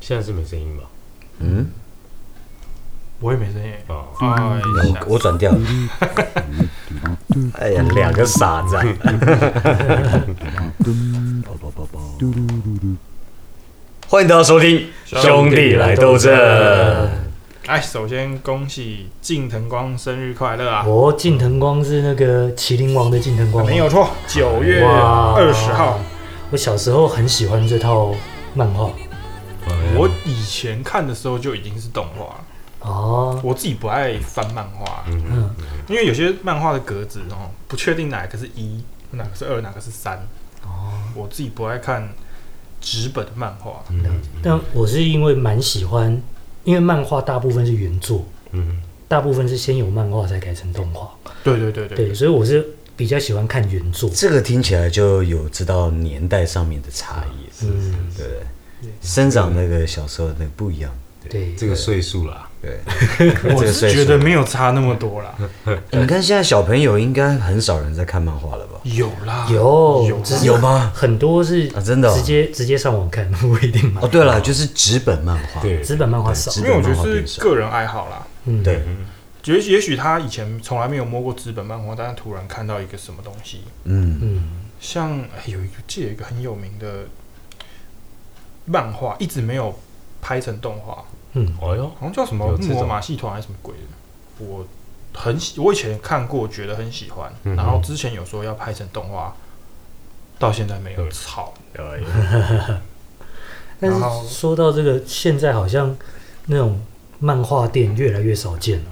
现在是没声音吧？嗯，我也没声音。哦，哎呀，我我转掉了。哎呀，两个傻子啊！欢迎大家收听《兄弟来斗争》。哎，首先恭喜近藤光生日快乐啊！哦，近藤光是那个《麒麟王》的近藤光吗，没有错，九月哇二十号，我小时候很喜欢这套漫画哦我以前看的时候就已经是动画了。哦，我自己不爱翻漫画，嗯嗯，因为有些漫画的格子哦，不确定哪个是一，哪个是二，哪个是三。哦，我自己不爱看纸本的漫画，嗯但我是因为蛮喜欢，因为漫画大部分是原作，嗯大部分是先有漫画才改成动画，对对对对对，所以我是比较喜欢看原作，这个听起来就有知道年代上面的差异，嗯，对不对？生长那个小时候的那个不一样，对，这个岁数啦，对。我这个是岁觉数得没有差那么多啦，你看现在小朋友应该很少人在看漫画了吧？有啦，有有啦只是有吗？很多是啊真的哦直接直接上网看， 不一定买哦，，对了，就是纸本漫画。对，纸本漫画对少，纸因为我觉漫画得变是少个人爱好啦。嗯，对，也也许他以前从来没有摸过纸本漫画，但是突然看到一个什么东西，嗯，嗯，像哎有一个记得有一个很有名的漫画，一直没有拍成动画，嗯，哎呦，好像叫什么有这木偶种马戏团还是什么鬼的，我很喜，我以前看过，觉得很喜欢，嗯哼然后之前有说要拍成动画，到现在嗯没有，对操，哎但然是后说到这个，现在好像那种漫画店越来越少见了。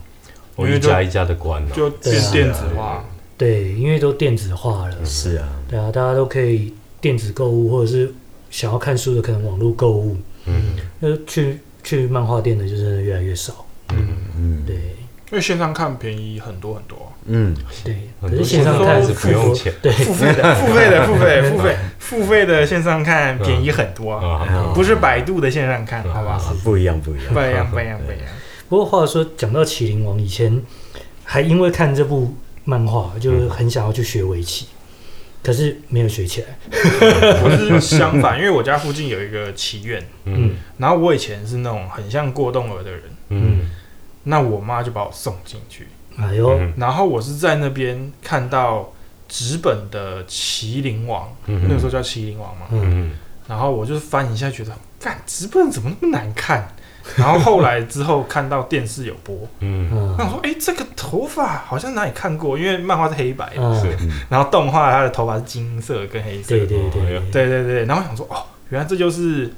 我一家一家的关了，就变对啊电子化，对，因为都电子化嗯了，是啊，对啊，大家都可以电子购物，或者是想要看书的可能网络购物，嗯那去去漫画店的就真的越来越少。嗯，嗯对因为线上看便宜很多很多，嗯，对，很可多是线上现在看都是不用钱对，啊付费的，付费的，付 费的，付费，付费的线上看便宜很嗯多，啊，不是百度的线上看，好吧？啊不一样不一样不。一样，不一样，不一样。不过话说，讲到《麒麟王》，以前还因为看这部漫画，就是很想要去学围棋，嗯可是没有学起来。我是相反，因为我家附近有一个棋院，嗯然后我以前是那种很像过动儿的人，嗯那我妈就把我送进去，哎呦，然后我是在那边看到纸本的《麒麟王》，那个时候叫《麒麟王》嘛，嗯然后我就是翻一下，觉得干纸本怎么那么难看，然后后来之后看到电视有播，嗯那我嗯说，哎、这个头发好像哪里看过，因为漫画是黑白的，嗯，是然后动画它的头发是金色跟黑色的，对对哎呦对，对对对然后我想说，哦，原来这就是《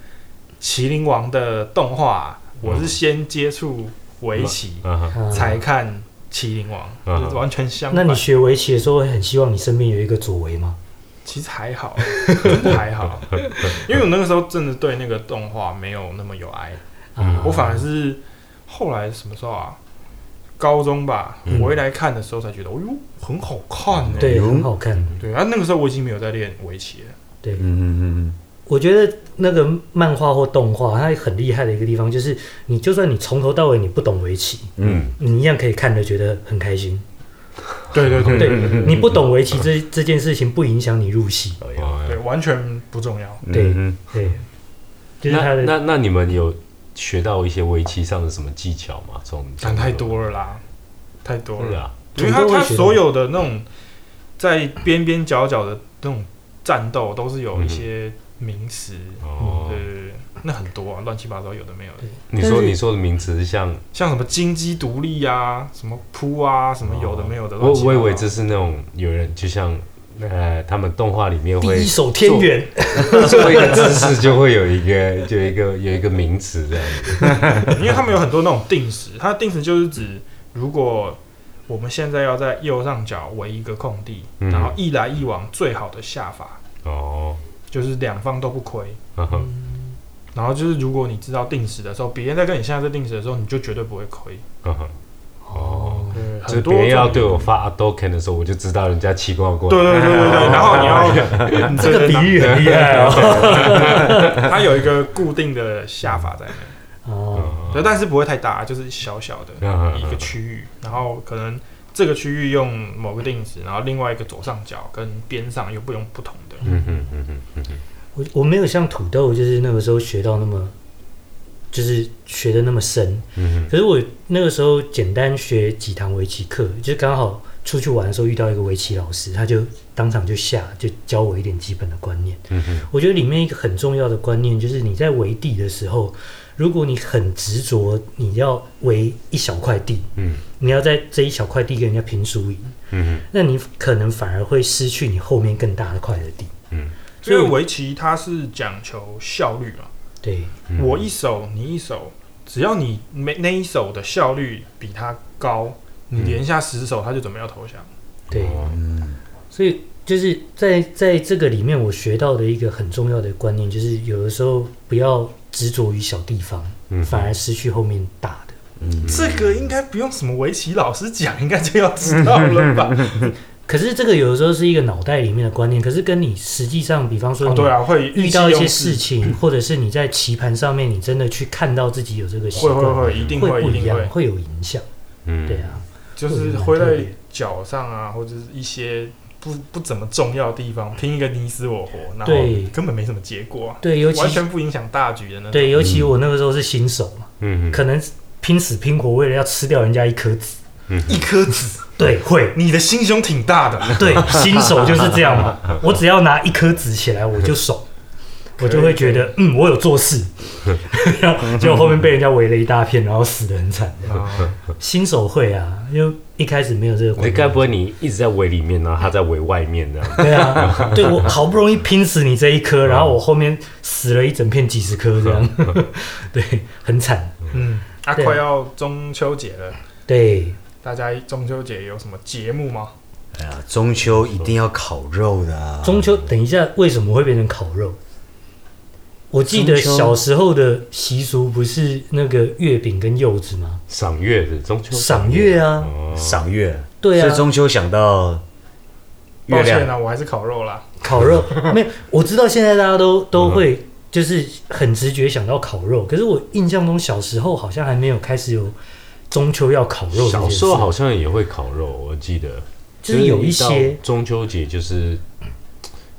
麒麟王》的动画啊、我是先接触围棋、啊，嗯才看《麒麟王》嗯就是完全相那反。你学围棋的时候，会很希望你身边有一个左围吗？其实还好，真的还好，因为我那个时候真的对那个动画没有那么有爱，啊，嗯我反而是后来什么时候啊？高中吧，嗯回来看的时候才觉得，哦呦，很好看呢、对很好看。对啊，那个时候我已经没有在练围棋了。对，嗯嗯我觉得那个漫画或动画，它很厉害的一个地方就是，你就算你从头到尾你不懂围棋，嗯嗯你一样可以看得觉得很开心。对对对对，你不懂围棋这这件事情不影响你入戏。哎呦哎对，完全不重要。嗯，对嗯对，就是它那的那那你们有学到一些围棋上的什么技巧吗？从但太多了啦，太多对了。啊，因为很他多他会学所有的那种在边边角角的那种战斗，都是有一些名词，嗯哦对，对对，那很多啊，乱七八糟，有的没有的，你说你说的名词是像像什么金鸡独立啊，什么扑啊，什么有的没有的。哦我乱七八我以糟为这是那种有人就像呃，他们动画里面第会一手天元，做一个姿势，就会有一个就有一个有一个名词这样子。因为他们有很多那种定时，它的定时就是指如果。我们现在要在右上角围一个空地，嗯然后一来一往，最好的下法哦，就是两方都不亏。嗯哼然后就是，如果你知道定时的时候，别人在跟你现在在定时的时候，你就绝对不会亏。嗯哼哦，对，就是很多别人要种对我发 adoken 的时候，我就知道人家奇怪过来。对对对对对，然后你要你 这个比喻很厉害哦。它有一个固定的下法在那，哦，嗯，对，但是不会太大，就是小小的嗯一个区域，然后可能这个区域用某个定值，然后另外一个左上角跟边上又不用不同的，嗯哼嗯哼嗯哼我我没有像土豆，就是那个时候学到那么就是学的那么深。嗯可是我那个时候简单学几堂围棋课，就刚好出去玩的时候遇到一个围棋老师，他就当场就下就教我一点基本的观念。哼嗯哼我觉得里面一个很重要的观念就是你在围地的时候，如果你很执着，你要围一小块地，嗯你要在这一小块地跟人家拼输赢，嗯那你可能反而会失去你后面更大的块的地。因为围棋它是讲求效率嘛，对，哼，我一手你一手，只要你每那一手的效率比他高，你嗯连下十手他就准备要投降。对哦嗯，所以就是在在这个里面，我学到的一个很重要的观念，就是有的时候不要执着于小地方，嗯反而失去后面大的。嗯这个应该不用什么围棋老师讲，应该就要知道了吧？嗯可是这个有的时候是一个脑袋里面的观念，可是跟你实际上，比方说哦，你对啊，会遇到一些事情，情，或者是你在棋盘上面，你真的去看到自己有这个习会惯，会会，一定会不一一定样，会，会有影响。嗯对，啊，就是挥在脚上啊，或者是一些不不怎么重要的地方，拼一个你死我活，然后对根本没什么结果啊，对，尤其完全不影嗯响大局的那种。对，尤其我那个时候是新手嘛，嗯可能拼死拼活为了要吃掉人家一颗子，一颗子，对，会。你的心胸挺大的， 对，新手就是这样嘛。我只要拿一颗子起来，我就手，我就会觉得嗯，我有 做事。然后结果后面被人家围了一大片，然后死的很惨。啊新手会啊，因为一开始没有这个那观该念。不会你一直在围里面，然后他在围外面这样？对啊，对我好不容易拼死你这一嗯颗，然后我后面死了一整片几十颗 这样，对，很惨。嗯，啊，对快要中秋节了，对，大家中秋节有什么节目吗？哎呀，中秋一定要烤肉的啊！中秋等一下为什么会变成烤肉？我记得中秋小时候的习俗不是那个月饼跟柚子吗？赏月是中秋赏月啊，哦，赏月，对啊所以中秋想到月抱歉亮，啊，我还是烤肉啦。烤肉没有，我知道现在大家都都会就是很直觉想到烤肉，可是我印象中小时候好像还没有开始有中秋要烤肉这小件事，时候好像也会烤肉，我记得就是有一些到中秋节就是。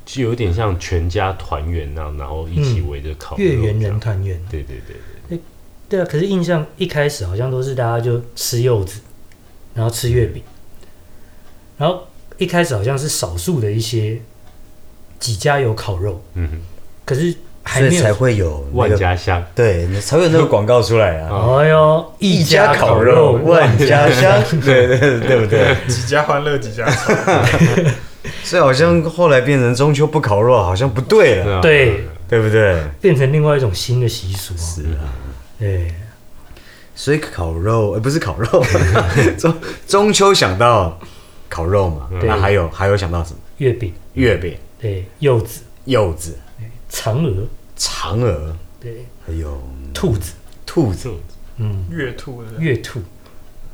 就有点像全家团圆那样，然后一起围着烤肉嗯月圆这人样团圆，对对对对啊，可是印象一开始好像都是大家就吃柚子，然后吃月饼，然后一开始好像是少数的一些几家有烤肉，嗯哼，可是还所以没才有。会有那万个家香，对，才会有那个广告出来 啊！哎呦，一家烤肉，万家香，对对对对不对？几家欢乐几家愁，所以好像后来变成中秋不烤肉，好像不对了，啊对，对不对？变成另外一种新的习俗、啊。是啊，对，所以烤肉，呃，不是烤肉，中中秋想到烤肉嘛，嗯那还有还有想到什么？月饼，月饼、对，柚子、柚子、嫦娥，嫦娥，对，还有兔子，兔子，这种嗯，月兔是不是月兔、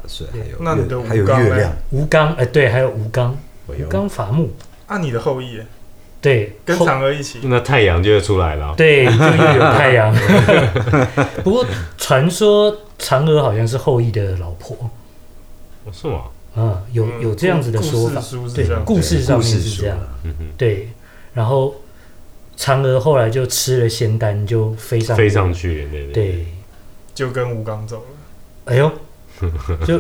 所以还有那你的月还有吴刚月呢亮，吴刚，哎，对，还有吴刚，哎吴呦刚伐木，啊，你的后裔耶对，跟后嫦娥一起，那太阳就会出来了。对，就又有太阳。 不过传说嫦娥好像是后羿的老婆，哦是吗？啊，有嗯有这样子的说法故事书，是对这样，故事上故面事是说这样，了嗯哼，对，然后嫦娥后来就吃了仙丹，就飞上飞上去，对对对，就跟吴刚走了。哎呦，就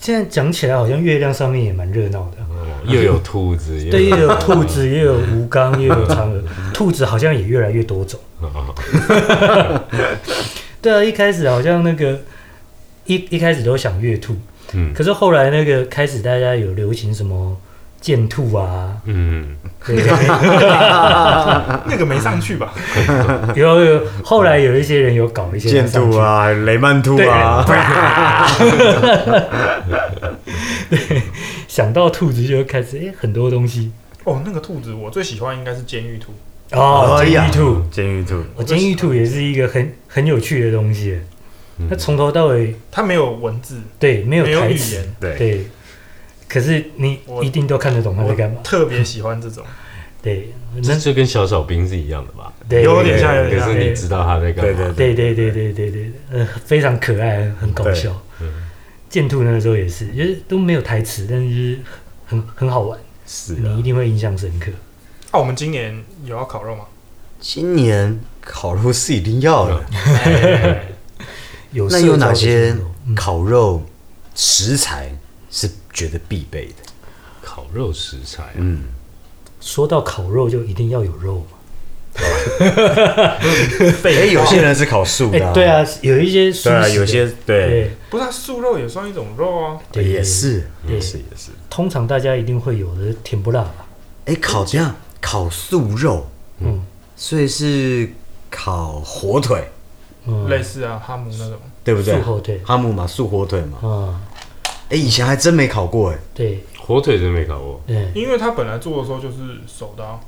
现在讲起来好像月亮上面也蛮热闹的。哦又有兔 子，对，又又有兔子，又有吴刚，又有嫦娥。兔子好像也越来越多种。哦对啊，一开始好像那个一一开始都想月兔，嗯可是后来那个开始大家有流行什么剑兔啊，嗯，对，啊那个没上去吧？有有后来有一些人有搞一些剑兔，啊，还有雷曼兔对，啊，对，想到兔子就开始哎、诶很多东西哦，那个兔子我最喜欢应该是监狱兔，哦，哎监呀狱兔，，监狱兔，我监狱兔也是一个很很有趣的东西，嗯它从头到尾它没有文字，对没有没有台语词，言，对，对，可是你我一定都看得懂他在我干嘛。特别喜欢这种。 对，这那就跟小小兵是一样的吧？对有点像对有点可像是你知道他在干嘛？对对对对对对对对，呃，非常可爱，很搞笑对嗯。剑兔那个时候也是，就是都没有台词，但是就是很很好玩，是啊你一。定会印象深刻。啊，我们今年有要烤肉吗？今年烤肉是一定要的，有那社有交哪的些需求嗯烤肉食材是觉得必备的？烤肉食材、啊，嗯，说到烤肉，就一定要有肉嘛。哎、有些人是烤素哎、的、对，啊，有一些嗯素对啊，食的有些对，对不是、啊，素肉也算一种肉啊。对也是，嗯对也是，也是。通常大家一定会有的甜不辣吧？哎、烤这样烤素肉，嗯所以是烤火腿，嗯，类似啊，哈姆那种，对不对？素火腿哈姆嘛，素火腿嘛。啊、哎、以前还真没烤过哎、对火腿真没烤过，对，因为它本来做的时候就是手的、啊，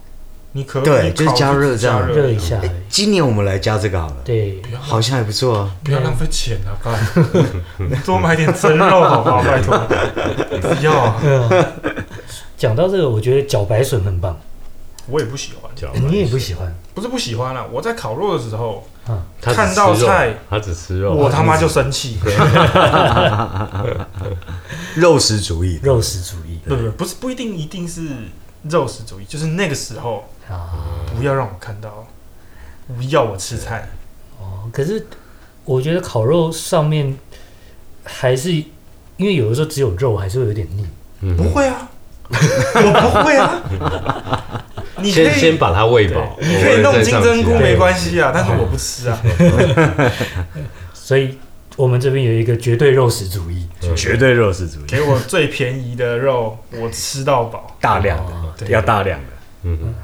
你可对你就是烤加热这样加嗯热一下而已，哎今年我们来加这个好了，对，好像还不错啊。不要浪费钱啊， 爸，多买点真肉好不好？拜托，不要啊，嗯，讲到这个，我觉得茭白笋很棒，我也不喜欢，叫你也不喜欢，不是不喜欢啊，我在烤肉的时候，啊，他只看到吃肉菜，他只吃肉，嗯我他妈就 生气，肉食主义，肉食主义不不不是不一定一定是肉食主义，就是那个时候嗯啊，不要让我看到，不要我吃菜，哦，可是我觉得烤肉上面还是因为有的时候只有肉还是会有点腻，嗯不会啊， 我不会啊， 你可先先以。把它喂饱，你可以弄金针菇没系。关系啊，嗯但是我不吃啊。所以我们这边有一个绝对肉食主义，嗯绝对肉食主义，给我最便宜的肉，我吃到饱。大量的、哦 对要大量的。嗯，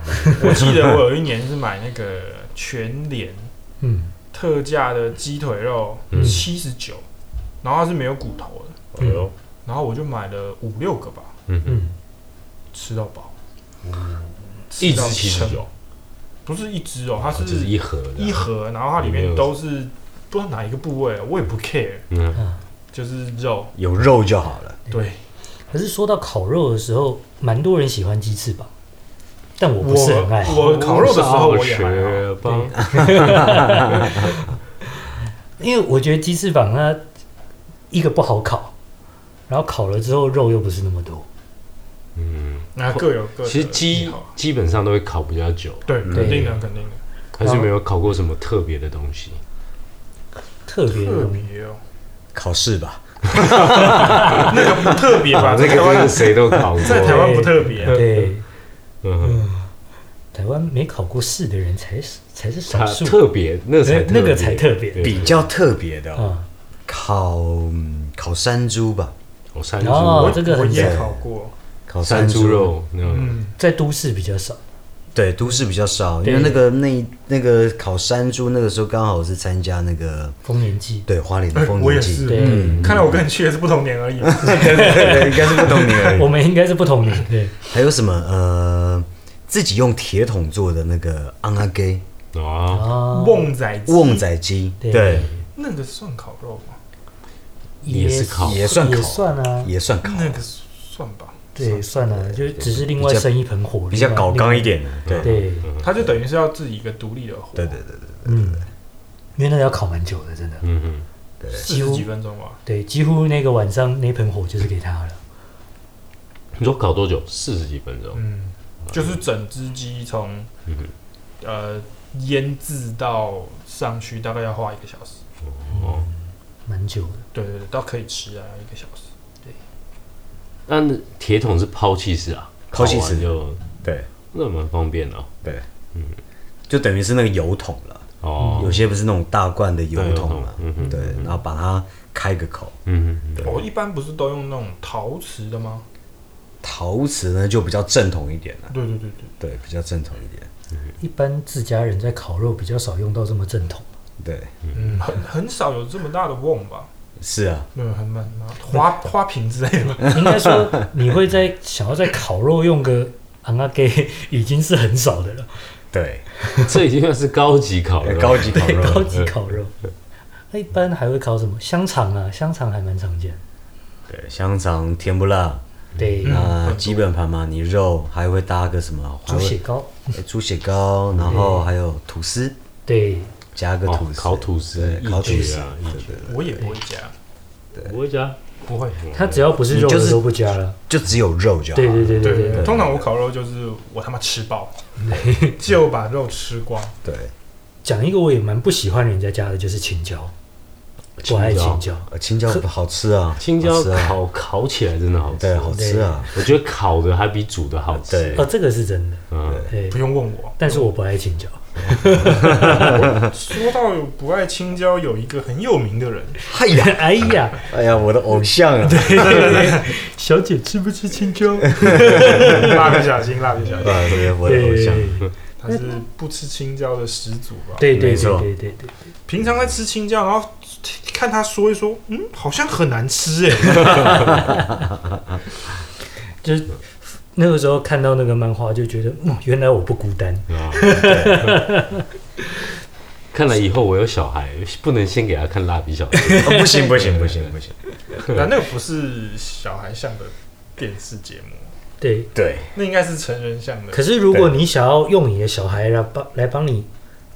我记得我有一年是买那个全联嗯特价的鸡腿肉，嗯七十九，然后它是没有骨头的，哎呦，然后我就买了五六个吧，嗯，嗯，吃到饱。一吃只到七十撑九，不是一只哦，它哦是就是一盒的，一，盒，然后它里里面面有都是不知道哪一个部位，我也不 care，嗯，就是肉。有肉就好了，对，可是说到烤肉的时候，蛮多人喜欢鸡翅膀，但我我不是很爱。我烤肉的时候我也啊还好。学吧，因为我觉得鸡翅膀它一个不好烤，然后烤了之后肉又不是那么多，嗯，那各有各的其实喜鸡好基本上都会烤比较久，对，嗯肯定的，肯定的，还是没有烤过什么特别的东西，特别特容易。别哦，考试吧。那个不特别吧？啊那啊在个台真湾的谁都烤过，在台湾不特别啊，对，嗯，台湾没考过试的人才是才是它少数，特别那才对那个才别特别对比较特别的、哦，啊。烤嗯烤山猪吧，哦山哦猪，哦这个我很也赞烤过，烤山猪，肉，嗯，嗯，在都市比较少，对，都市比较少，因对为那个那那个烤山猪那个时候刚好是参加那个丰年祭。对花莲哎的风我景也季，是，对，嗯看来我跟你去的是不同年而已。对对 对，应该是不懂你而我 已。们应该是不同年。对，还有什么呃，自己用铁桶做的那个昂阿给啊，啊，旺仔鸡旺仔鸡，对对，那个算烤肉吗？也是烤也算烤也算啊，也算烤，那个算吧，对，算了，就只是另外生一盆火，比较另外搞刚一。点的，嗯另对外对，嗯它就等于是要自己一个独立的火，对对对对，嗯，因为那个要烤蛮久的，真的。嗯嗯，四十几分钟吧。对，几乎那个晚上那盆火就是给他了。你说烤多久？四十几分钟，嗯，就是整只鸡从嗯哼呃腌制到上去，大概要花一个小时。哦。蛮久的。对对对，到可以吃啊，一个小时。那铁桶是抛弃式啊，抛弃式烤完就对那蛮方便的哦对，嗯，就等于是那个油桶了，哦，有些不是那种大罐的油对桶了嗯，哼对，然后把它开个口，嗯嗯嗯哦我一般不是都用那种陶瓷的吗？陶瓷呢就比较正统一点了，对对对对，对，比较正统一点，一般自家人在烤肉比较少用到这么正统。对，嗯，很很少有这么大的瓮吧？是啊，嗯，很慢吗？花花瓶之类的吧。 应该说，你会在想要在烤肉用个昂阿给，已经是很少 的了。对，嗯这已经算是高级烤了， 高级烤对，高肉，级烤肉。那一般还会烤什么？香肠啊，香肠还蛮常见的。对，香肠、甜不辣，对，嗯那很基本盘嘛，你肉还会搭个什么？还猪会血糕，哎猪血糕，然后还有吐司，对，加个哦吐司，烤吐司对，一烤吐绝司啊，一绝我也不会加，不会加，不会。它只要不是你肉就的是都不加了。就只有肉就好。对对对对对对，通常我烤肉就是我他妈吃饱， 就把肉吃光。对，讲一个我也蛮不喜欢人家加的，就是青椒。我爱青椒，椒，呃青椒好吃啊，青好椒吃啊，烤烤起来真的好对，吃，好吃啊，我觉得烤的还比煮的好吃。对哦，这个是真的，嗯，对不，用问我。但是我不爱青椒， 说到不爱青椒，有一个很有名的 人，哎呀，哎呀，哎呀，我的偶像啊，小姐吃不吃青椒？蜡笔小新，蜡笔小新，啊对，我的偶对像，他是不吃青椒的始祖吧？对对没错对对对对，平常在吃青椒，然后看他说一说，嗯，好像很难吃哎、 就是那个时候看到那个漫画，就觉得，嗯，原来我不孤单。啊看来以后我有小孩，不能先给他看蜡笔小新。 哦不行不行不行不行，那那个不是小孩像的电视节目，对，对，那应该是成人像的。可是如果你想要用你的小孩来帮来帮你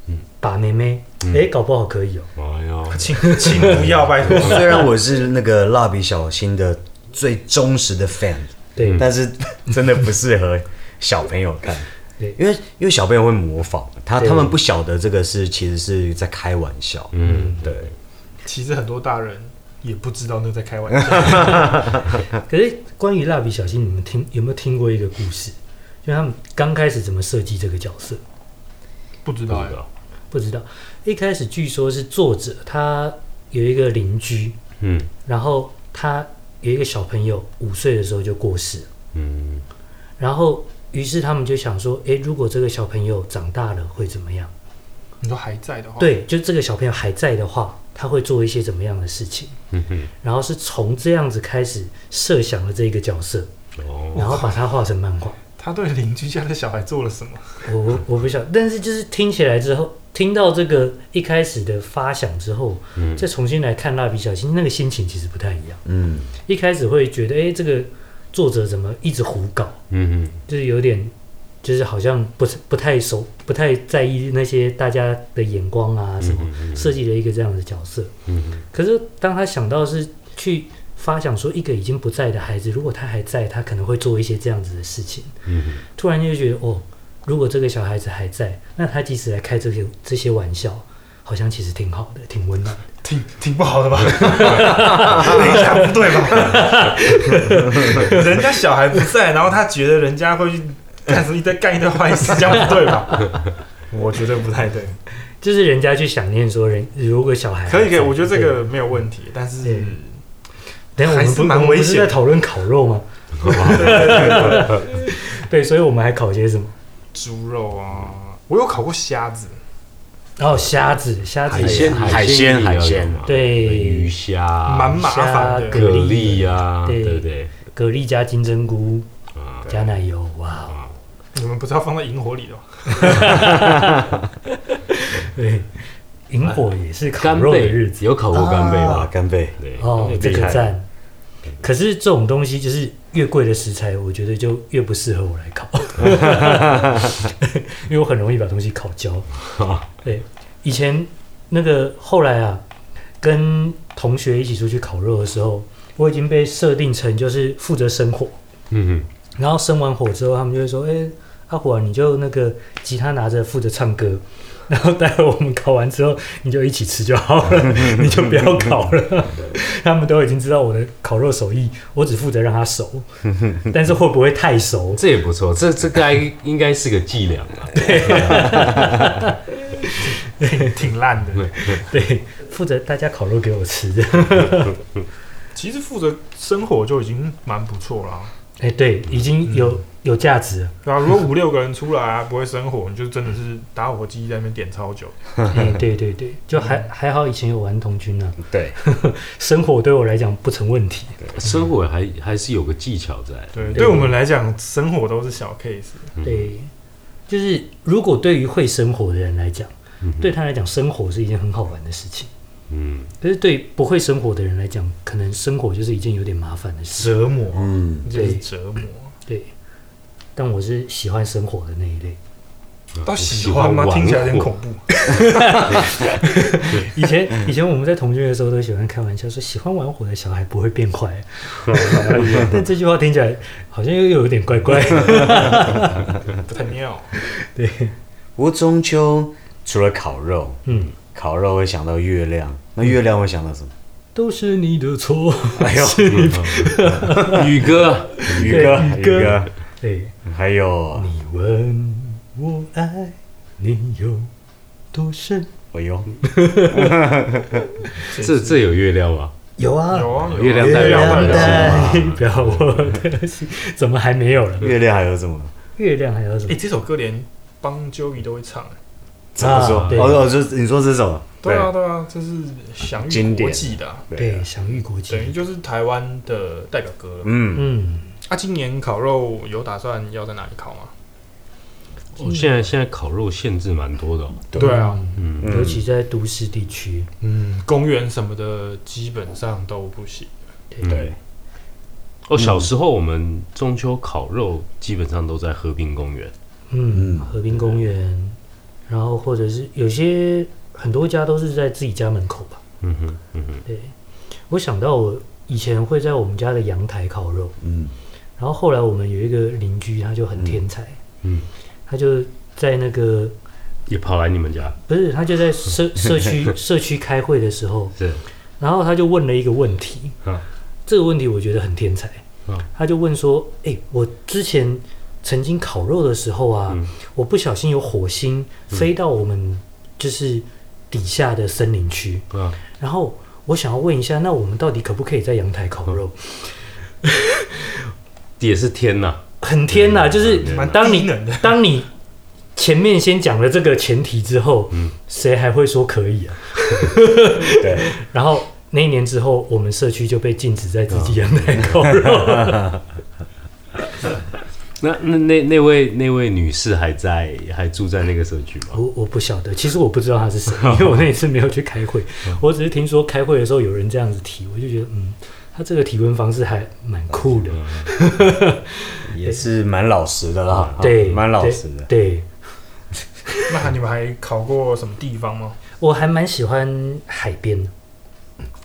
嗯把妹妹，哎、嗯搞不好可以哦、哎呦，请请不要，拜托。虽然我是那个蜡笔小新的最忠实的 fan，对、嗯但是真的不适合小朋友看对，因为因为小朋友会模仿，他对他们不晓得这个是其实是在开玩笑，嗯，对，其实很多大人也不知道那在开玩 笑。可是关于蜡笔小新，你们听有没有听过一个故事？就他们刚开始怎么设计这个角色，不知不道欸知呀，道，不知道。一开始据说是作者他有一个邻居，嗯然后他有一个小朋友五岁的时候就过世了，嗯然后于是他们就想说，哎，如果这个小朋友长大了会怎么样？你说还在的哦话，，对，就这个小朋友还在的话，他会做一些怎么样的事情？嗯哼，然后是从这样子开始设想了这个角色，哦，然后把它画成漫画。他对邻居家的小孩做了什么？我我我不晓得，但是就是听起来之后，听到这个一开始的发想之后，嗯再重新来看蜡笔小新，那个心情其实不太一样。嗯，一开始会觉得，哎，这个作者怎么一直胡搞，嗯就是有点，就是好像不是不太熟，不太在意那些大家的眼光啊哼，什么，嗯设计了一个这样的角色。嗯哼可是当他想到是去发想说一个已经不在的孩子，如果他还在，他可能会做一些这样子的事情。嗯哼突然就觉得，哦，如果这个小孩子还在，那他即使来开这些这些玩笑，好像其实挺好的，挺温暖的。 挺挺不好 的吧？等一下，不 对吧？人家小孩不在，然后他觉得人家会去干什么一堆干一堆坏事，这样不对吧？ 我觉得不太对。就是人家去想念说人，如果小孩还在 可以可以，我觉得这个，没有问题，但是对等一下我还们是不蛮我们不危是险在的讨论烤肉 吗？对，所以我们还烤些什么？猪肉啊，我有烤过虾子，然后虾子，虾子海也是鲜海鲜也要有海鲜嘛对鱼虾啊、蛮麻烦的虾蛤蜊啊呀，对对不对？蛤蜊加金针菇啊，加奶油，哇哦，你们不是要放在萤火里 的吗？对，萤火也是烤干肉的贝日子有烤过啊干贝哇，吗？嗯啊干贝，对，哦很，这厉个害赞。可是这种东西就是越贵的食材，我觉得就越不适合我来 烤，因为我很容易把东西烤焦。对，以前那个后来啊，跟同学一起出去烤肉的时候，我已经被设定成就是负责生火， 嗯然后生完火之后，他们就会说：“哎、阿火啊、你就那个吉他拿着，负责唱歌。” 然后待会我们烤完之后，你就一起吃就好了， 你就不要烤了。 他们都已经知道我的烤肉手艺，我只负责让它熟，但是会不会太熟哼，？这也不错，这这该应该是个伎俩啊。挺烂的。对，负责大家烤肉给我吃的。其实负责生火就已经蛮不错了啊。哎、对，已经有有价值了。对啊，如果五六个人出来啊，不会生火，你就真的是打火机在那边点超久。嗯哎、对对对，就还还好，以前有玩童军呢、啊，对，生火对我来讲不成问题。生活还还是有个技巧在。对，对对我们来讲，生火都是小 case。嗯对，就是如果对于会生火的人来讲，嗯哼对他来讲生火是一件很好玩的事情。嗯，可是对不会生火的人来讲，可能生火就是一件有点麻烦的事。折磨，嗯，就是折磨。对，但我是喜欢生火的那一类。到嗯喜啊欢吗？听起来有点恐怖。 以 前以前我们在同居的时候都喜欢开玩笑说，喜欢玩火的小孩不会变坏。 但这句话听起来好像又有点怪怪。 不太妙。不过中秋除了烤肉，嗯，烤肉会想到月亮，那月亮会想到什么？都是你的错。哎 呦，宇哥，宇哥，对宇宇哥哥，对，还有哎你问我爱你有多深？我哟，这这有月亮吗？有啊，有啊，有啊哦月亮代表我们的代心嘛。表我的心，怎么还没有了？月亮还有什啊么？月亮还有什哎，么？这首歌连邦鸠仪都会唱，哎怎么说？啊对哦哦，就是你说这首，对啊，对啊，这是享誉经国典际的啊，对，，享誉国际等。于就是台湾的代表歌了。嗯，嗯，啊，今年烤肉有打算要在哪里烤吗？我哦现在现在烤肉限制蛮多的哦，对啊，嗯，尤其在都市地区，嗯，公园什么的基本上都不行。对，嗯哦，小时候我们中秋烤肉基本上都在河滨公园，嗯，嗯河滨公园，然后或者是有些很多家都是在自己家门口吧。嗯哼，嗯哼，对，我想到我以前会在我们家的阳台烤肉，嗯，然后后来我们有一个邻居，他就很天才，嗯，他就在那个也跑来你们家，不是，他就 在社社区社区开会的时候，是，然后他就问了一个问题，啊这个问题我觉得很天才，啊他就问说：“哎、我之前曾经烤肉的时候啊，嗯我不小心有火星飞到我们就是底下的森林区，啊，然后我想要问一下，那我们到底可不可以在阳台烤嗯肉？也是天呐，很天呐、就是蛮当低你能的 当你前面先讲了这个前提之后，嗯谁还会说可以啊？对，然后那一年之后，我们社区就被禁止在自己阳台烤肉。那那那那位那位女士还在还住在那个社区吗？我我不晓得，其实我不知道他是谁，因为我那一次没有去开会，我只是听说开会的时候有人这样子提，我就觉得嗯，他这个提问方式还蛮酷的。也是蛮老实的啦，对，蛮老对实的，对， 那你们还烤过什么地方吗？我还蛮喜欢海边的，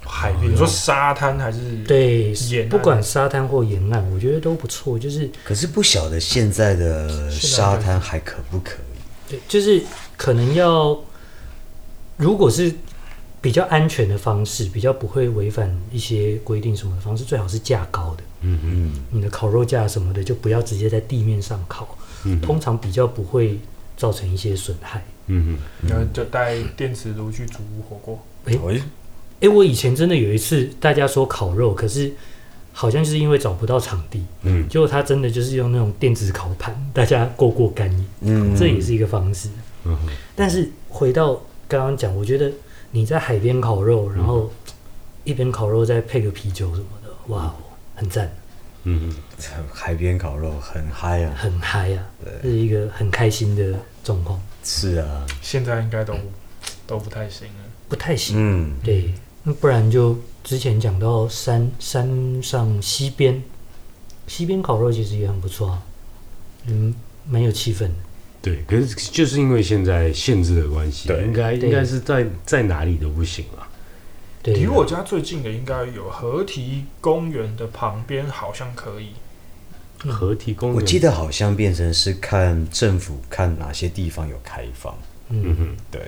海边？你说沙滩还是？，对沿，岸不管沙滩或沿岸，我觉得都不错。就是可是不晓得现在的沙滩还可不可以？对，就是可能要，如果是比较安全的方式，比较不会违反一些规定什么的方式，最好是架高的。嗯嗯嗯，你的烤肉架什么的，就不要直接在地面上烤，嗯通常比较不会造成一些损害。嗯嗯，然后呃就带电磁炉去煮火锅。诶喂，诶，我以前真的有一次，大家说烤肉，可是好像就是因为找不到场地，嗯结果他真的就是用那种电子烤盘，大家过过干瘾，嗯这也是一个方式。嗯哼但是回到刚刚讲，我觉得你在海边烤肉，然后一边烤肉再配个啤酒什么的，哇哦，很赞，嗯海边烤肉很嗨啊，很嗨啊，是一个很开心的状况，是啊，现在应该都都不太行了。不太行。嗯，对，那不然就之前讲到山山上西边，西边烤肉其实也很不错啊，嗯，蛮有气氛的。对，可是就是因为现在限制的关系，对应该对应该是在在哪里都不行了。对，啊离我家最近的应该有河堤公园的旁边，好像可以。嗯合体公园，我记，得好像变成是看政府看哪些地方有开放，嗯嗯，哼，对，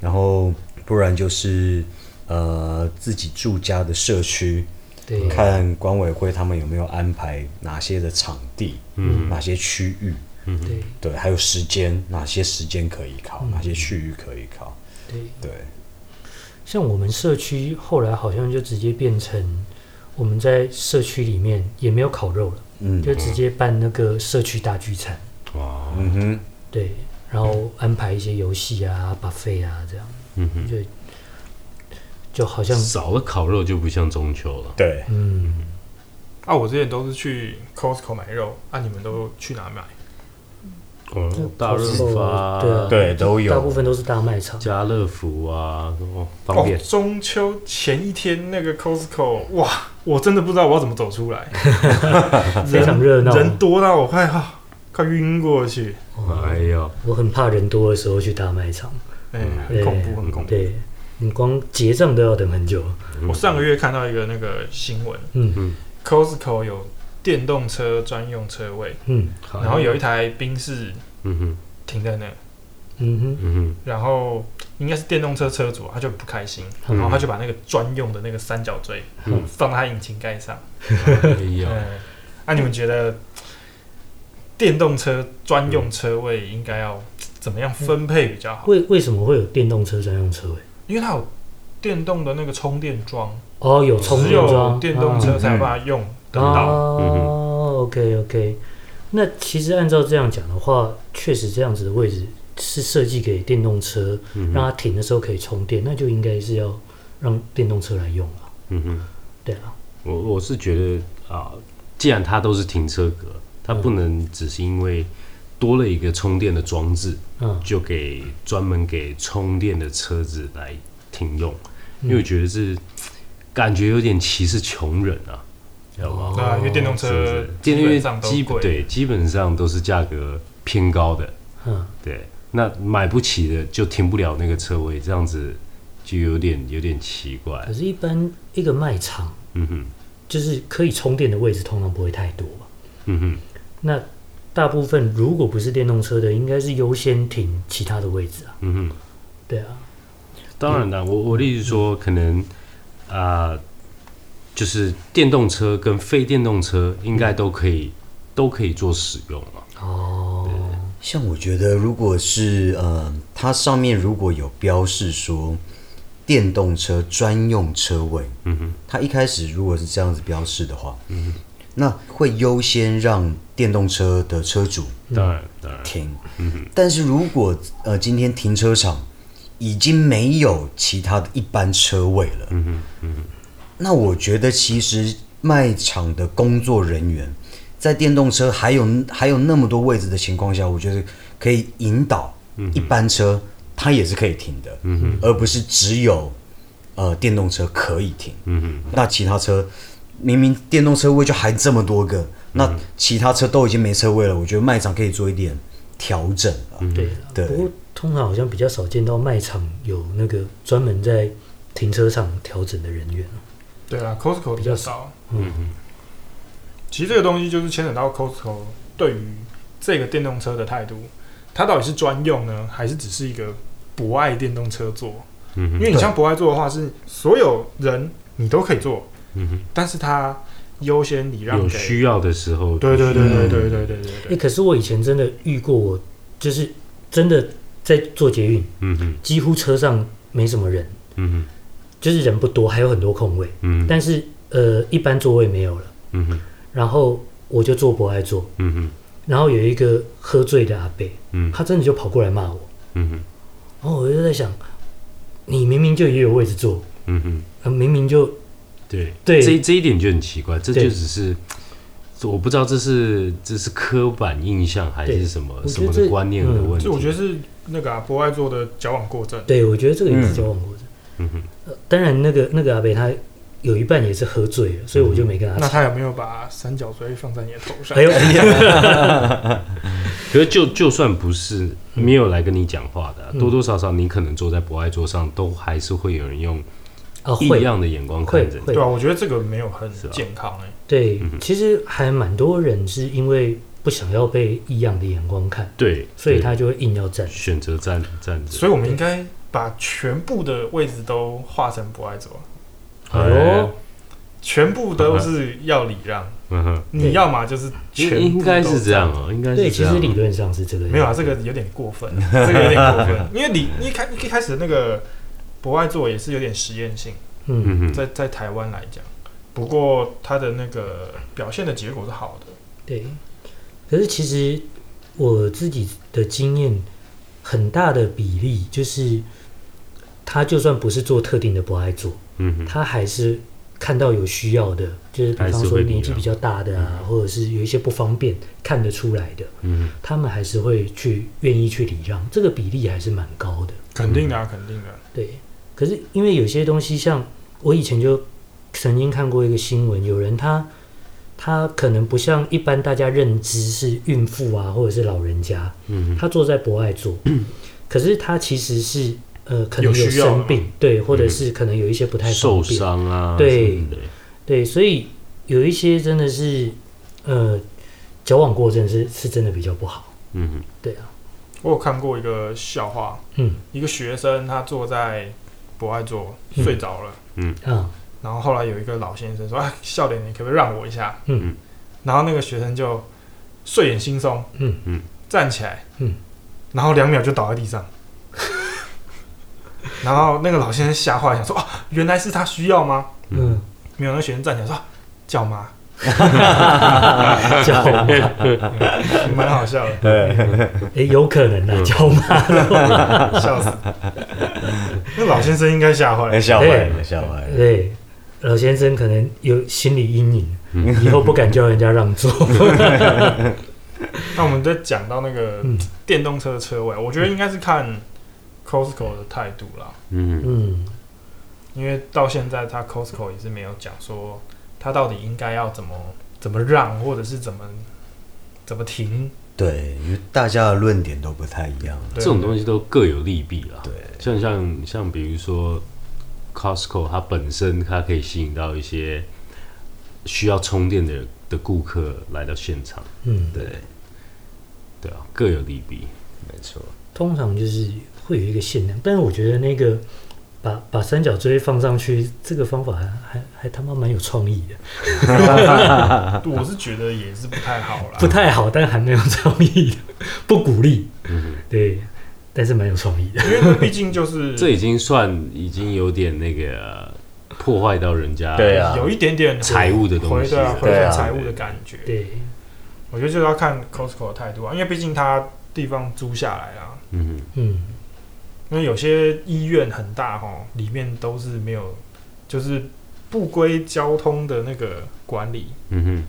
然后不然就是呃自己住家的社区，嗯对，看管委会他们有没有安排哪些的场地，嗯哪些区域，嗯哼，对对，还有时间，哪些时间可以考，嗯哪些区域可以考，对，对，像我们社区后来好像就直接变成我们在社区里面也没有烤肉了，嗯就直接办那个社区大聚餐，哇，嗯哼，对，然后安排一些游戏啊、buffet 啊这样，嗯哼，就就好像少了烤肉就不像中秋了。对，嗯，啊，我之前都是去 Costco 买肉，啊，你们都去哪买？哦，大润 Costco，发，对啊对都有大部分都是大卖场。家乐福啊，哦，方便哦，，中秋前一天那个 Costco，哇，我真的不知道我要怎么走出 来，非常热闹人多到我快哈、快晕过去，哦哎呦，我很怕人多的时候去大卖场，哎、很对恐怖，很恐怖。对你光结账都要等很久。嗯我上个月看到一个那个新闻嗯，Costco 有电动车专用车位，嗯，好然后有一台宾士嗯哼，停在那，嗯嗯然后应该是电动车车主啊，他就很不开心，嗯然后他就把那个专用的那个三角锥嗯放在他引擎盖上。哼，哎呀，嗯，那、你们觉得电动车专用嗯车位应该要怎么样分配比较哼，好？为为什么会有电动车专用车位？因为它有电动的那个充电桩，哦，有充只电有桩，啊电动车才有办法用得到。嗯哼哦，OK OK，那其实按照这样讲的话，确实这样子的位置是设计给电动车，嗯让哼，它停的时候可以充电，那就应该是要让电动车来用了。嗯哼，对啊，我我是觉得啊，既然它都是停车格，它嗯不能只是因为多了一个充电的装置，嗯就给专门给充电的车子来停用，嗯因为我觉得是感觉有点歧视穷人啊，知道吗？啊那因为电动是不车是嗯哦基因为本上都基贵，对基本上都是价格偏高的，嗯，对，那买不起的就停不了那个车位，这样子就有点有点奇怪可。是，一般一个卖场嗯哼，就是可以充电的位置，通常不会太多吧？嗯哼，那大部分如果不是电动车的，应该是优先停其他的位置啊。嗯哼。对啊，当然嗯啦，我我例如说，可能啊、就是电动车跟非电动车应该都可以、都可以做使用啊嘛。哦，像我觉得，如果是呃，它上面如果有标示说电动车专用车位，嗯哼，它一开始如果是这样子标示的话，嗯，那会优先让电动车的车主当然当然，停。但是如果呃今天停车场已经没有其他的一般车位了，嗯哼嗯哼，那我觉得其实卖场的工作人员在电动车还有还有那么多位置的情况下，我觉得可以引导一般车，它也是可以停的，嗯哼而不是只有呃电动车可以停。嗯哼，那其他车明明电动车位就还这么多嗯个，那其他车都已经没车位了，我觉得卖场可以做一点调整了。嗯对对啊。不过通常好像比较少见到卖场有那个专门在停车场调整的人员啊对啊，Costco 比比较较少。嗯哼，其实这个东西就是牵扯到 Costco 对于这个电动车的态度，它到底是专用呢，还是只是一个不爱电动车做？嗯哼，因为你像不爱做的话，是所有人你都可以做，嗯哼，但是它优先礼让有给。需要嗯的时候，对对对对对对对哎、对对。可是我以前真的遇过我，就是真的在做捷运，嗯哼，几乎车上没什么人，嗯就是人不多，还有很多空位，哼，嗯哼，但是呃，一般座位没有了，嗯哼，然后我就坐不爱坐，嗯哼，然后有一个喝醉的阿伯，嗯他真的就跑过来骂我，嗯哼，然后我就在想，你明明就也有位置坐，嗯哼，呃明明就对，对这这一点就很奇怪，这对就只是。这我不知道这是这是刻板印象还对是什么我觉什得么这的观念的嗯问题。这我觉得是那个啊，博爱做的矫枉过正。对我觉得这个也是交往过程。嗯哼，呃当然，那个那个阿伯他有一半也是喝醉嗯了，所以我就没跟他那吵。他有没有把三角锥放在你的头上？哎呦，可是就就算不是嗯没有来跟你讲话的啊、多多少少你可能坐在博爱桌上，都还是会有人用啊异会样的眼光看会着你。会对啊，我觉得这个没有很是啊健康哎、对，嗯其实还蛮多人是因为不想要被异样的眼光看，对，所以对他就会硬要站。选择站站着。所以我们应该把全部的位置都划成博爱做，哎呦，全部哎都是要礼让。嗯哼，你要嘛就是全部应应该都是这样哦、应该对，是其这实样。理论上是这个样子。没有啊，这个有点过分，啊这个有点过分，因为你你一开一开始那个博爱座也是有点实验性，嗯，嗯哼，在在台湾来讲，不过它的那个表现的结果是好的，对。可是其实我自己的经验，很大的比例就是，他就算不是做特定的不爱做，嗯哼，他还是看到有需要的，就是比还方是说会年礼纪让比较大的啊，或者是有一些不方便看得出来的，嗯他们还是会去愿意去礼让，这个比例还是蛮高的。肯定的啊，肯定的，对，可是因为有些东西，像我以前就曾经看过一个新闻，有人他他可能不像一般大家认知是孕妇啊，或者是老人家，嗯哼，他坐在博爱 座，可是他其实是呃可能有需要生嘛病，对，或者是可能有一些不啊嗯太方受便。伤啊，对什么的对，所以有一些真的是，呃，矫枉过正是是真的比较不好。嗯哼，对啊，我有看过一个笑话，嗯一个学生他坐在博爱座嗯睡着了，嗯啊，然后后来有一个老先生说：“啊，笑脸，你可不可以让我一下？”嗯，然后那个学生就睡眼惺忪，嗯嗯，站起来，嗯，然后两秒就倒在地 上。然后那个老先生吓坏，想说：“哦，原来是他需要吗嗯，？”没有，那个学生站起来说啊：“叫妈， 叫妈，蛮好笑的，诶，有可能嗯 啊，叫妈的话，笑 死。”那老先生应该吓坏了哎，，吓坏了，吓坏了。对，老先生可能有心理阴影，嗯以后不敢叫人家让 座。那我们再讲到那个嗯电动车的车位，我觉得应该是看 Costco 的态度啦，嗯嗯，因为到现在它 Costco 也是没有讲说它到底应该要怎么怎么让，或者是怎么怎么停。对，因为大家的论点都不太一样。这种东西都各有利弊啦。对，像像像比如说 Costco，它本身它可以吸引到一些需要充电的的顾客来到现场，嗯，对，对啊，各有利弊。没错。通常就是会有一个限量，但是我觉得那个把把三角锥放上去这个方法还还还他妈蛮有创意的，我是觉得也是不太好啦啊不。太好，但还蛮有创意的，不鼓励，嗯对，但是蛮有创意的，因为那毕竟就是这已经算已经有点那个破坏到人家对啊有一点点财务的东回西对啊了，回对到啊财务的感觉。对，我觉得就是要看 Costco 的态度啊，因为毕竟它地方租下来啊啦，嗯嗯，因为有些医院很大吼，里面都是没有，就是不归交通的那个管理，哼 嗯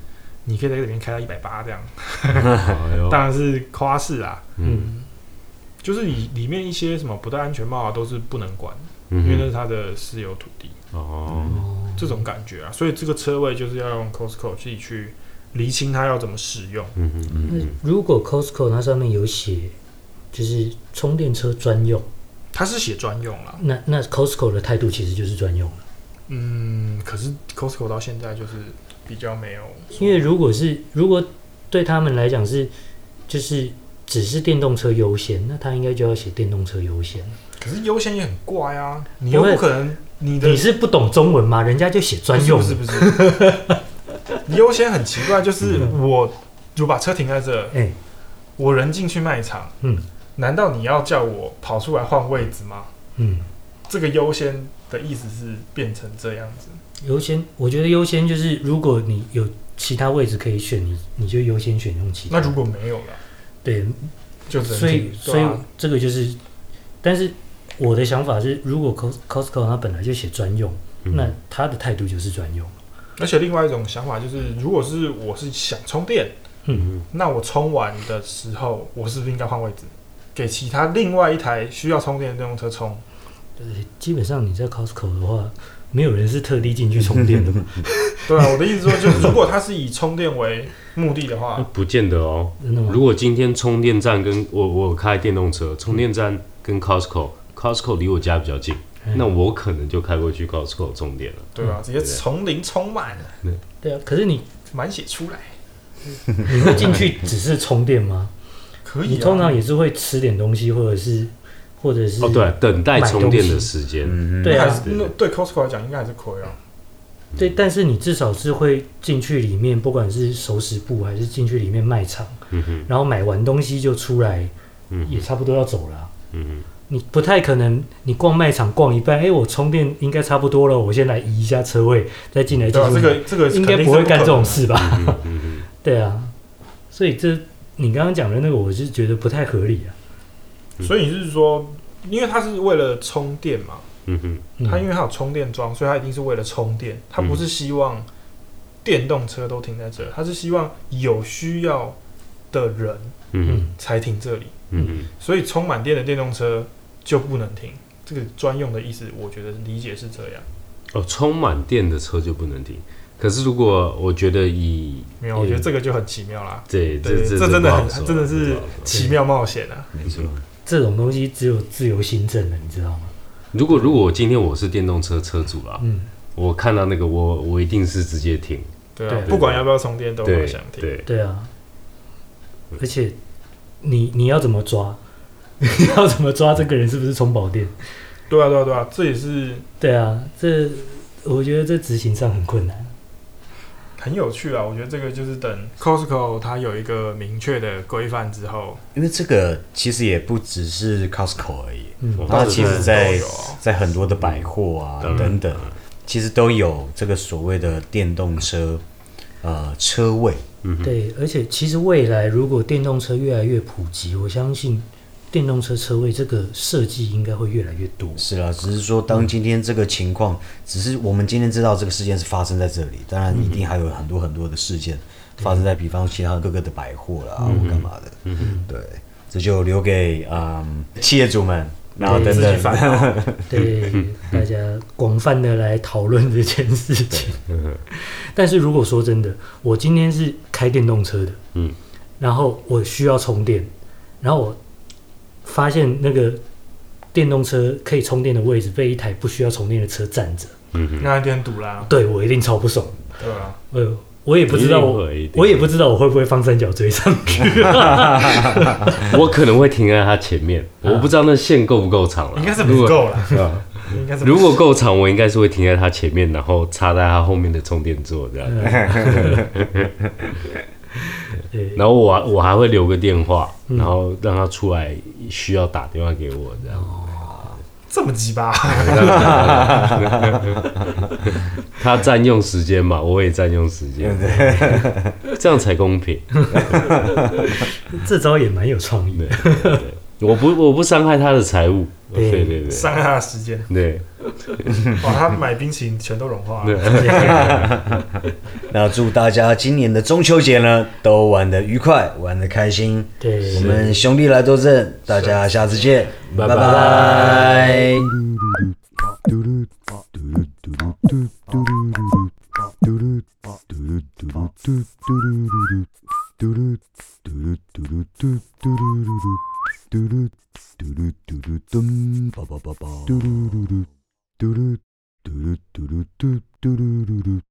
你可以在这边开到一百八这样，哼，哎哦呦，当然是夸饰啦。嗯嗯，就是里里面一些什么不戴安全帽啊，都是不能管，因为那嗯是他的私有土地，哼，哦，哦，这种感觉啊。所以这个车位就是要用 Costco 自己去厘清它要怎么使用。嗯哼嗯那哼，如果 Costco 它上面有写就是充电车专用，它是写专用啦，那那 Costco 的态度其实就是专用了，嗯，可是 Costco 到现在就是比较没有说，因为如果是如果对他们来讲是就是只是电动车优先，那他应该就要写电动车优先。可是优先也很怪啊，你又不会不可能你的你是不懂中文吗？人家就写专用不是不是不是， 你优先很奇怪，就是嗯我就把车停在这，哎、我人进去卖场，嗯难道你要叫我跑出来换位置吗？嗯，这个优先的意思是变成这样子，优先，我觉得优先就是如果你有其他位置可以选，你你就优先选用其他。那如果没有了，对，就只能所以停所以对啊这个就是，但是我的想法是，如果 Cos- Costco 它本来就写专用，嗯那它的态度就是专用。而且另外一种想法就是，如果是我是想充电，嗯，那我充完的时候，我是不是应该换位置，给其他另外一台需要充电的电动车充？对，基本上你在 Costco 的话，没有人是特地进去充电的嘛。对啊，我的意思说，就是如果它是以充电为目的的 那话，不见得哦。真的吗如？果今天充电站跟我我有开电动车，充电站跟 Costco，Costco 离我家比较近，嗯那我可能就开过去 Costco 充电了。对啊，直接从零充满，对啊，可是你满血出来，你会 进去只是充电吗？可以你啊。通常也是会吃点东西，或者是或者是哦，对，等待充电的时间，嗯对那还啊是那对 Costco 来讲，应该还是亏啊。对，但是你至少是会进去里面，不管是熟食部还是进去里面卖场，嗯哼，然后买完东西就出来，嗯也差不多要走了啊、嗯你不太可能，你逛卖场逛一半，哎，我充电应该差不多了，我先来移一下车位，再进来继对啊，续这买。个这个应该肯定是不会干可这能种的。事吧？哼，嗯嗯嗯对啊，所以这你刚刚讲的那个，我是觉得不太合理啊。所以你是说，因为它是为了充电嘛，嗯哼，嗯它因为它有充电桩，所以它一定是为了充电，它不是希望电动车都停在这，它是希望有需要的人嗯才停这里，哼，嗯哼，所以充满电的电动车就不能停。这个专用的意思，我觉得理解是这样，哦，充满电的车就不能停。可是如果我觉得以没有，我觉得这个就很奇妙啦，对对这这真的很啊真的是奇奇。妙冒险啊！没错。这种东西只有自由新政了，你知道吗？如果如果我今天我是电动车车主啦，嗯，我看到那个我我一定是直接停，对对啊啊，不管要不要充电都好对想停。对，嗯对啊，而且你你要怎么抓？ 要怎么抓这个人是不是充饱电？对啊，对啊，对啊，这也是对啊，这我觉得这执行上很困难。很有趣啊。我觉得这个就是等 Costco 它有一个明确的规范之后，因为这个其实也不只是 Costco 而已，嗯，它其实在都有啊在很多的百货啊嗯等等，其实都有这个所谓的电动车呃车位。嗯哼，对，而且其实未来如果电动车越来越普及，我相信电动车车位这个设计应该会越来越多。是啦，只是说当今天这个情况，只是我们今天知道这个事件是发生在这里，当然一定还有很多很多的事件嗯发生在，比方其他各个的百货啦或干嘛的。嗯对，这就留给嗯企业主们，然后等自己等烦 恼。对，大家广泛的来讨论这件事情。 但是如果说真的，我今天是开电动车的，嗯，然后我需要充电，然后我发现那个电动车可以充电的位置被一台不需要充电的车占着，嗯哼，那一点堵啦，对我一定超不爽。对啊吧？呃，我也不知道我，一定会我也不知道我会不会放三角锥上去、我可能会停在他前面，啊我不知道那线够不够长了，应该是不够啦，如果。啊应该是不如果够长，我应该是会停在他前面，然后插在他后面的充电座这样。对，嗯然后我还我还会留个电话，然后让他出来需要打电话给我这样。这么鸡巴，他占用时间嘛，我也占用时间，这样才公平。这招也蛮有创意的。我不我不伤害他的财物，对对对对 伤害他的时间。对哇，他买冰淇淋全都融啊化了。那祝大家今年的中秋节呢都玩得愉快，玩得开心。对我们兄弟来作证，大家下次见，拜拜拜拜 Doo doo doo doo doo doo doo doo doo doo doo doo doo doo doo doo doo.